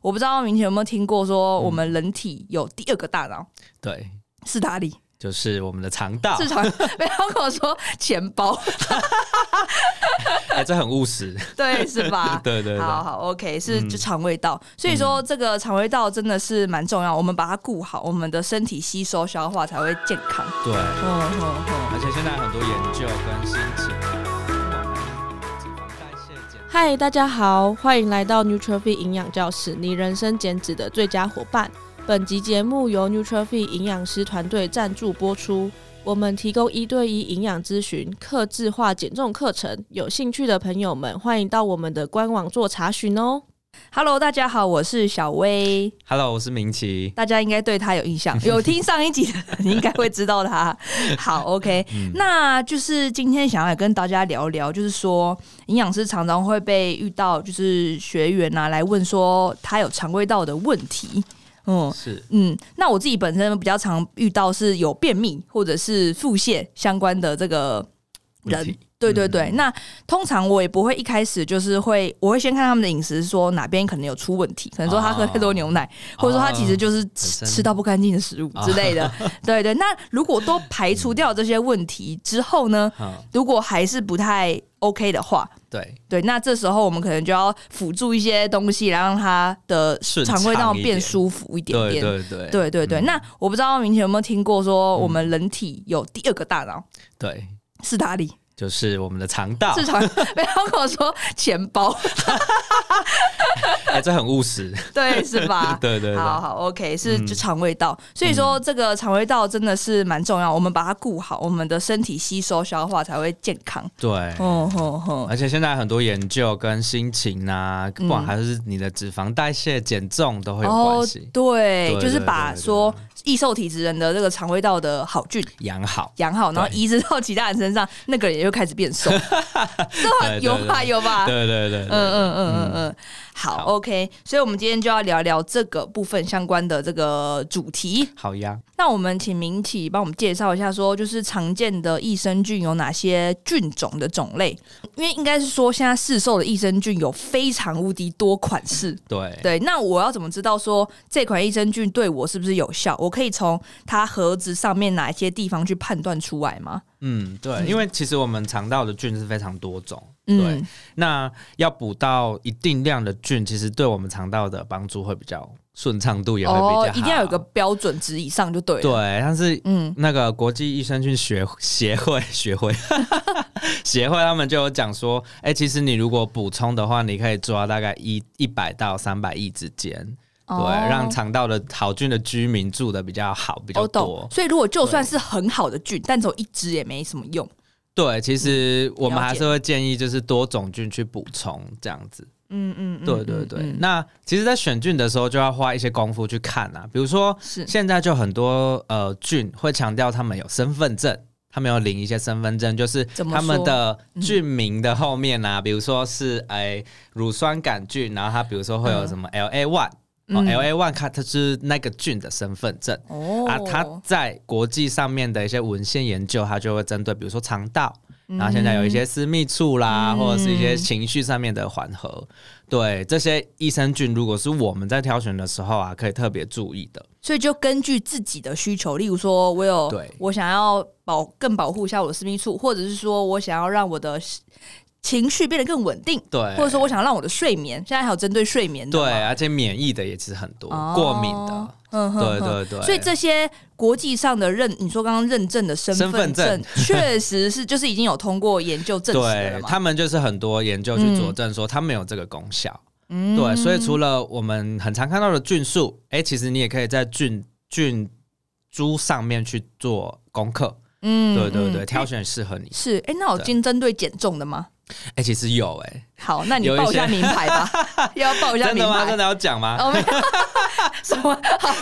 我不知道明天有没有听过说，我们人体有第二个大脑嗯对，是哪里？就是我们的肠道是，常 被他跟我说钱 包，哎、这很 务实。对，是吧？对对对，啊嗯好好，OK，是就肠胃道，所以说这个肠胃道真的是蛮重要，我们把它顾好，我们的身体吸收消化才会健康。对，嗯嗯嗯。而且现在很多研究跟心情啊，脂肪代谢减嗨，大家好，欢迎来到 Nutrify 营养教室，你人生减脂的最佳伙伴。本集节目由 Nutrify 营养师团队赞助播出。我们提供一对一营养咨询、客制化减重课程，有兴趣的朋友们欢迎到我们的官网做查询哦。 Hello，大家好，我是小薇， Hello，我是明奇。大家应该对她有印象，有听上一集的你应该会知道她。好，OK，、那就是今天想要来跟大家聊聊，就是说营养师常常会被遇到，就是学员啊来问说他有肠胃道的问题，嗯。是，嗯，那我自己本身比较常遇到是有便秘或者是腹泻相关的这个问人题。嗯对对对，那通常我也不会一开始就是会，我会先看他们的饮食，说哪边可能有出问题，可能说他喝太多牛奶，啊或者说他其实就是吃、本身吃到不干净的食物之类的。啊 对对，那如果都排除掉这些问题之后呢，嗯，如果还是不太 OK 的话，对，对，那这时候我们可能就要辅助一些东西，来让他的顺肠胃道畅一变点舒服一点对点。对对对对对，嗯那我不知道明天有没有听过说，我们人体有第二个大脑对，是哪里？就是我们的肠道，是 常被他跟我说钱 包，哎、这很务实。对，是吧？对对对，啊好好，OK，是嗯就肠胃道，所以说这个肠胃道真的是蛮重要，我们把它顾好，我们的身体吸收消化才会健康。对。哦嗯哼哼，而且现在很多研究跟心情啊，不嗯管还是你的脂肪代谢、减重都会有哦关系，对，对就是对把对对说易受体质人的这个肠胃道的好菌养好。养好，然后对移植到其他人身上，那个人就开始变 瘦。这话对对有吧？对有吧？对对对，嗯对嗯嗯嗯嗯，好好 o k 所以我们今天就要聊聊这个部分相关的这个主题。好呀。那我们请明启帮我们介绍一下，说就是常见的益生菌有哪些菌种的种类？因为应该是说现在市售的益生菌有非常无敌多款式。对，对，那我要怎么知道说这款益生菌对我是不是有效？我可以从它盒子上面哪一些地方去判断出来吗？嗯，对，因为其实我们肠道的菌是非常多种，对嗯，那要补到一定量的菌，其实对我们肠道的帮助会比较顺畅度也会比较好。哦，一定要有个标准值以上就对了。对，，但是嗯，那个国际益生菌学协会 学会协会，他们就有讲说，哎、其实你如果补充的话，你可以抓大概一一百到三百亿之间，对，哦让肠道的好菌的居民住的比较好，比较我多哦懂。。所以如果就算是很好的菌，但只有一支也没什么用。对，其实我们嗯了解还是会建议就是多种菌去补充这样子。嗯嗯对对对，嗯那其实，在选菌的时候就要花一些功夫去看啊，比如说是现在就很多呃菌会强调他们有身份证，他们有领一些身份证，就是怎么他们说嗯的菌名的后面啊，比如说是哎乳酸杆菌，然后它比如说会有嗯什么 LA one、哦嗯 LA one 它它是那个菌的身份证。哦啊，它在国际上面的一些文献研究，它就会针对比如说肠道，然后现在有一些私密处啦，嗯或者是一些情绪上面的缓和，对这些益生菌，如果是我们在挑选的时候啊，可以特别注意的。所以就根据自己的需求，例如说我有对我想要保更保护一下我的私密处，或者是说我想要让我的情绪变得更稳定，对，或者说我想让我的睡眠，现在还有针对睡眠的对，嘛，而且免疫的也其实很多，哦过敏的，嗯哼对哼对对，所以这些国际上的认，你说刚刚认证的身身份证证，确实是就是已经有通过研究证实的了 对嘛？嗯他们就是很多研究去佐证说它们有这个功效。对，所以除了我们很常看到的菌素，哎、其实你也可以在菌菌株上面去做功课。嗯对对对，嗯挑选适合你。是，哎、那我对今天针对减重的吗？哎、其实有哎、好，那你有一报一下些名牌 吧，要报一下真名的吗？牌。真的要讲吗？哦，没有 什么？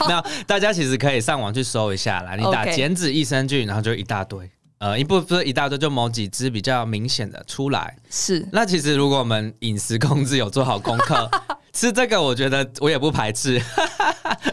没有，大家其实可以上网去搜一下啦。你打 OK 减脂益生菌，然后就一大堆，呃，一不不是一大堆，就某几只比较明显的出来。是那其实如果我们饮食控制有做好功 课，吃这个我觉得我也不排斥。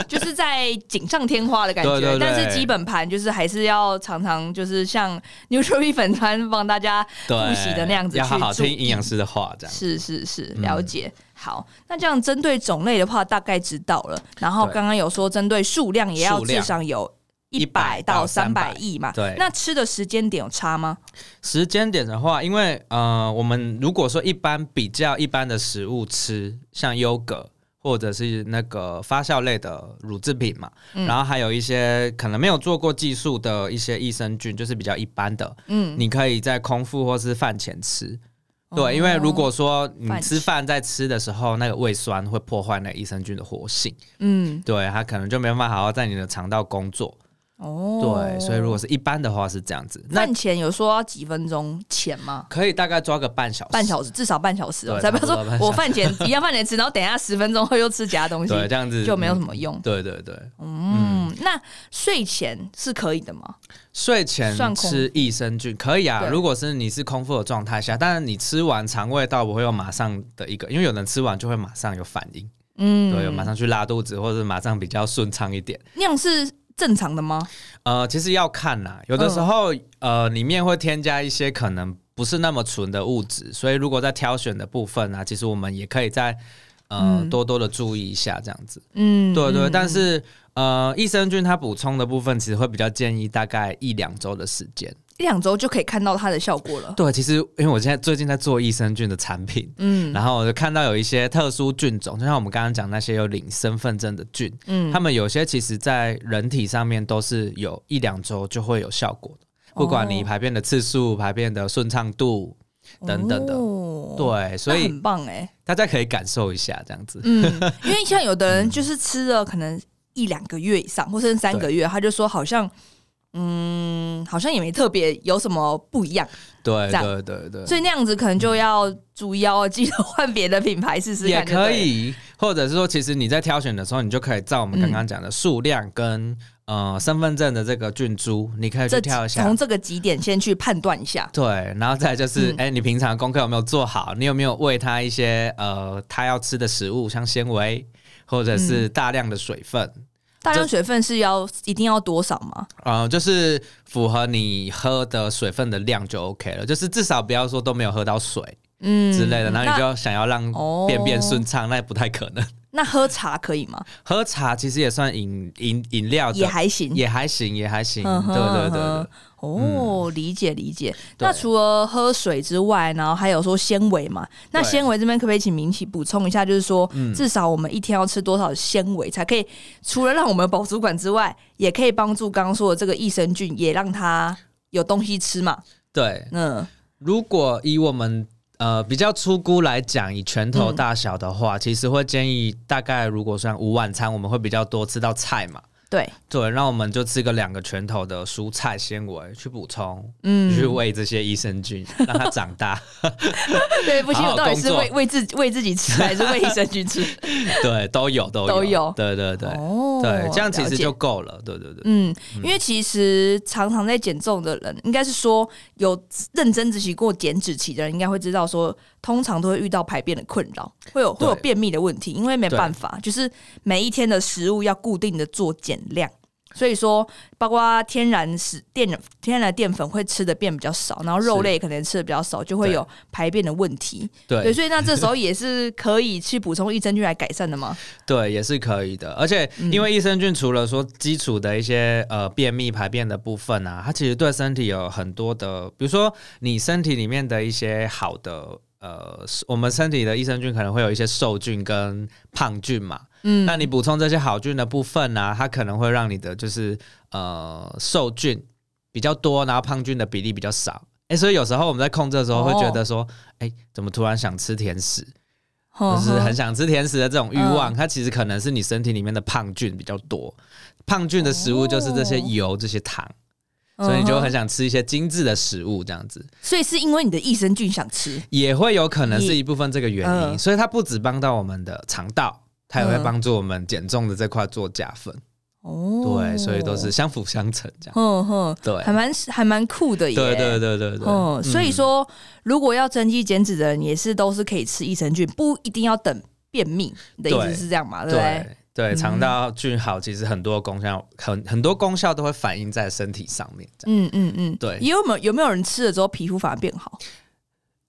就是在锦上添花的感觉，对对对但是基本盘就是还是要常常就是像 n u t r i 粉团帮大家对，复习的那样子要去好好注听营养师的话，这样。是是是嗯了解。好，那这样针对种类的话，大概知道了。然后对刚刚有说针对数量也要数至量少有一百100到到三百300亿嘛。对那吃的时间点有差吗？时间点的话，因为呃，我们如果说一般比较一般的食物吃，像优格或者是那个发酵类的乳制品嘛，嗯然后还有一些可能没有做过技术的一些益生菌，就是比较一般的，嗯，哦你可以在空腹或是饭前吃。哦对，因为如果说你饭吃前饭在吃的时候，那个胃酸会破坏那个益生菌的活性，嗯对它可能就没办法好好在你的肠道工作。哦，对，所以如果是一般的话是这样子，那饭前有说要几分钟前吗？可以大概抓个半小时，半小时，至少半小时哦，对才不要差不说多半小时我饭前一样饭前吃，然后等一下十分钟后又吃其他东西，对，这样子就没有什么。么用。对对对，嗯，那睡前是可以的吗？睡前算空吃益生菌可以啊对。如果是你是空腹的状态下，但是你吃完肠胃道不会有马上的一个，因为有人吃完就会马上有反应，嗯，对，有马上去拉肚子，或者是马上比较顺畅一点。那样是正常的吗？呃，其实要看啦，有的时嗯候、呃里面会添加一些可能不是那么纯的物质，所以如果在挑选的部分啊，其实我们也可以在呃、嗯多多的注意一下这样子。嗯，对对，嗯但是呃益生菌它补充的部分其实会比较建议大概一两周的时间。一两周就可以看到它的效果了。对，其实因为我现在最近在做益生菌的产品，嗯然后我就看到有一些特殊菌种，就像我们刚刚讲那些有领身份证的菌，嗯它们有些其实在人体上面都是有一两周就会有效果的，不管你哦排便的次数、排便的顺畅度等等的。哦，对，所那以很棒 哎、大家可以感受一下这样子。嗯，因为像有的人就是吃了可能一两个月以上，或是三个月，他就说好像。嗯，好像也没特别有什么不一样，对这样对对对，所以那样子可能就要注意要记得换别的品牌试试也看就对了，可以，或者是说，其实你在挑选的时候，你就可以照我们刚刚讲的数量跟、呃身份证的这个菌株，你可以这去几挑一下。从这个几点先去判断一下。对，然后再来就是，嗯哎、你平常功课有没有做好？你有没有喂它一些呃它要吃的食物，像纤维或者嗯是大量的水分？大量水分是要一定要多少吗？呃，就是符合你喝的水分的量就 OK 了，就是至少不要说都没有喝到水嗯之类的，然后你那就想要让哦便便顺畅，那也不太可能。 那喝茶可以吗？喝茶其实也算饮饮饮料的也还行，也还行，也还行，嗯哼对对嗯对哼对，哦，理解理解。那对除了喝水之外，然后还有说纤维嘛？那对嗯纤维这边可不可以请明启补充一下？就是说，至少我们一天要吃多少纤维，才可以除了让我们饱足感之外，也可以帮助刚刚说的这个益生菌，也让它有东西吃嘛？对。嗯如果以我们呃比较粗估来讲，以拳头大小的话，其实会建议大概如果算午晚餐，我们会比较多吃到菜嘛。对，对，那我们就吃个两个拳头的蔬菜纤维去补充， 去嗯，喂这些益生菌，让它长大。 对，不清楚好好到底工是作为为自为自己吃，还是为益生菌吃？对，都有，都有，都有对 对对。哦对，这样其实了解就够了。对对对，嗯，因为其实常常在减重的人，应该是说有认真执行过减脂期的人，应该会知道说，通常都会遇到排便的困扰，会有会对有便秘的问题，因为没对办法，就是每一天的食物要固定的做减量。所以说，包括天然食淀天然淀粉会吃的变比较少，然后肉是类可能吃的比较少，就会对有排便的问题。对，对所以那这时候也是可以去补充益生菌来改善的吗？对，也是可以的。而且，因为益生菌除了说基础的一些呃便秘、排便的部分啊，它其实对身体有很多的，比如说你身体里面的一些好的呃，我们身体的益生菌可能会有一些瘦菌跟胖菌嘛。嗯，那你补充这些好菌的部分呢、啊它可能会让你的就是呃瘦菌比较多，然后胖菌的比例比较少。哎、所以有时候我们在控制的时候会觉得说，哎、怎么突然想吃甜食？哼 就是很嗯哼嗯想吃甜食的这种欲望，它其实可能是你身体里面的胖菌比较多。胖菌的食物就是这哦些油、这些糖，嗯所以你就会很想吃一些精致的食物，这样子所以是因为你的益生菌想吃，也会有可能是也一部分这个原因。嗯所以它不止帮到我们的肠道，它也会嗯帮助我们减重的这块做加分。哦，对，所以都是，相辅相成这样。哼哼，对还，蛮还蛮酷的耶，对对对对对，嗯，所以说，如果要增肌减脂的人，也是都是可以吃益生菌，不一定要等便秘你的意思对是这样嘛？对不对？嗯对对，肠道菌好，其实很多功效，很很多功效都会反映在身体上面。这样嗯嗯嗯，对也有没有有没有人吃了之后皮肤反而变好？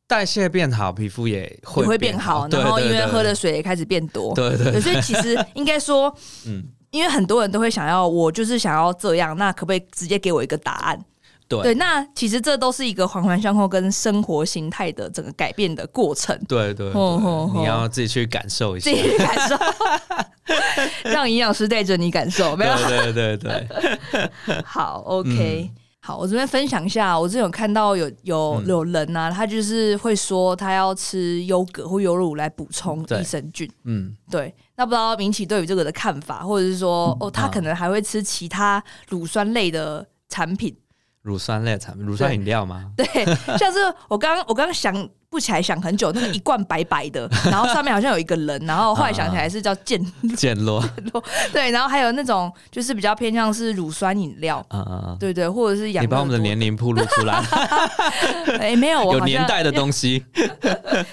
代谢变好，皮肤也会也会变好，然后因为喝的，水也开始变多。对对对对对，对所以其 实应该说，嗯，因为很多人都会想要，我就是想要这样，那可不可以直接给我一个答案？对对，那其实这都是一个环环相扣跟生活形态的整个改变的过程。对对吼对吼，吼你要自己去感受一下自己。去感 受，让营养师带着你感受，没有对对对 对，嗯好，OK。好，我这边分享一下，我之前有看到有有有人呐、啊，他就是会说他要吃优格或优乳来补充对益生菌。嗯，对，那不知道明启对于这个的看法，或者是说，哦，嗯他可能还会吃其他乳酸类的产品。乳酸类产品，乳酸饮料 吗？对，像是我刚我刚想不起来，想很久，那个一罐白白的，然后上面好像有一个人，然后后来想起来是叫健 减落，对，然后还有那种就是比较偏向是乳酸饮料，嗯嗯嗯，对对，或者是养你把我们的乐多年龄暴露出来，哎 没有， 我有好年像代的东 西。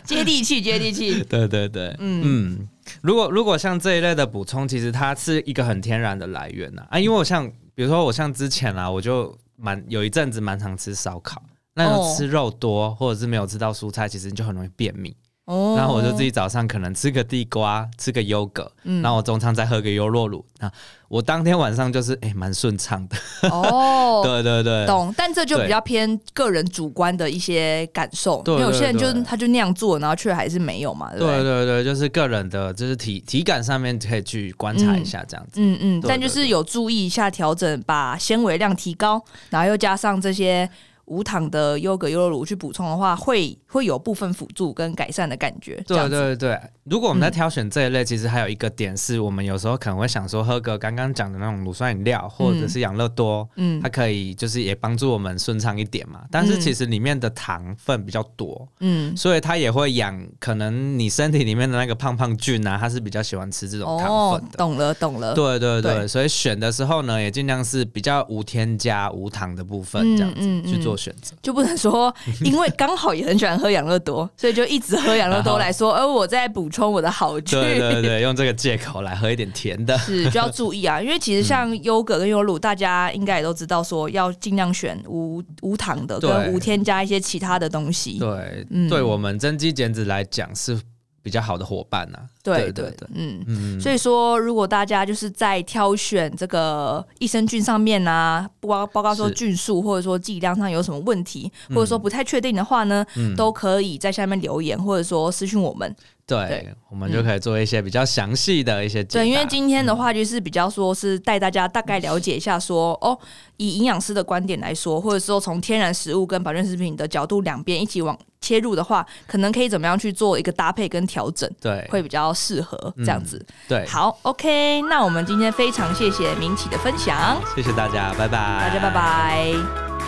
接地气，接地 气，对对对，嗯如果如果像这一类的补充，其实它是一个很天然的来源呐啊因为我像比如说我像之前啊，我就蛮有一阵子蛮常吃烧烤，那时候哦吃肉多或者是没有吃到蔬菜，其实你就很容易便秘。哦然后我就自己早上可能吃个地瓜，吃个优格，嗯然后我中餐再喝个优酪乳。那我当天晚上就是哎蛮顺畅的，哦。 对对对，懂，但这就对比较偏个人主观的一些感受，对因为有些人对就对他就那样做，然后却还是没有嘛，对不对对对，就是个人的，就是体体感上面可以去观察一下这样子。嗯嗯，对但对就是对有注意一下调整，把纤维量提高，然后又加上这些无糖的优格、优酪乳去补充的话，会会有部分辅助跟改善的感觉。这对样子，对对，如果我们在挑选这一类，其实还有一个点是我们有时候可能会想说，喝个刚刚讲的那种乳酸饮料或者是养乐多，嗯它可以就是也帮助我们顺畅一点嘛。但是其实里面的糖分比较多，嗯，所以它也会养可能你身体里面的那个胖胖菌啊，它是比较喜欢吃这种糖哦分，的。懂了懂了，对对对，对所以选的时候呢，也尽量是比较无添加、无糖的部分嗯这样子嗯嗯去做选择。就不能说因为刚好也很喜欢喝养乐多，所以就一直喝养乐 多来说，而呃我在补充我的好菌。啊对对对，用这个借口来喝一点甜的。 是就要注意啊，因为其实像嗯优格跟优乳，大家应该也都知道，说要尽量选无无糖的，对跟无添加一些其他的东西。对，嗯对我们增肌减脂来讲是比较好的伙伴呐、对对对对，嗯。嗯，所以说，如果大家就是在挑选这个益生菌上面啊，包包括说是菌数或者说剂量上有什么问题，或者说不太确定的话呢，都可以在下面留言或者说私信我们。对，对我们就可以做一些比较详细的一些解答。对，因为今天的话就是比较说是带大家大概了解一下说，哦，以营养师的观点来说，或者说从天然食物跟保健食品的角度两边一起往切入的话，可能可以怎么样去做一个搭配跟调整，对会比较适合这样子。对，好，OK，那我们今天非常谢谢明启的分享，谢谢大家，拜拜，大大家拜。拜。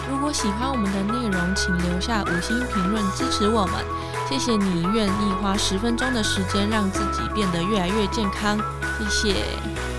如果喜欢我们的内容，请留下五星评论支持我们。谢谢你愿意花十分钟的时间让自己变得越来越健康，谢谢。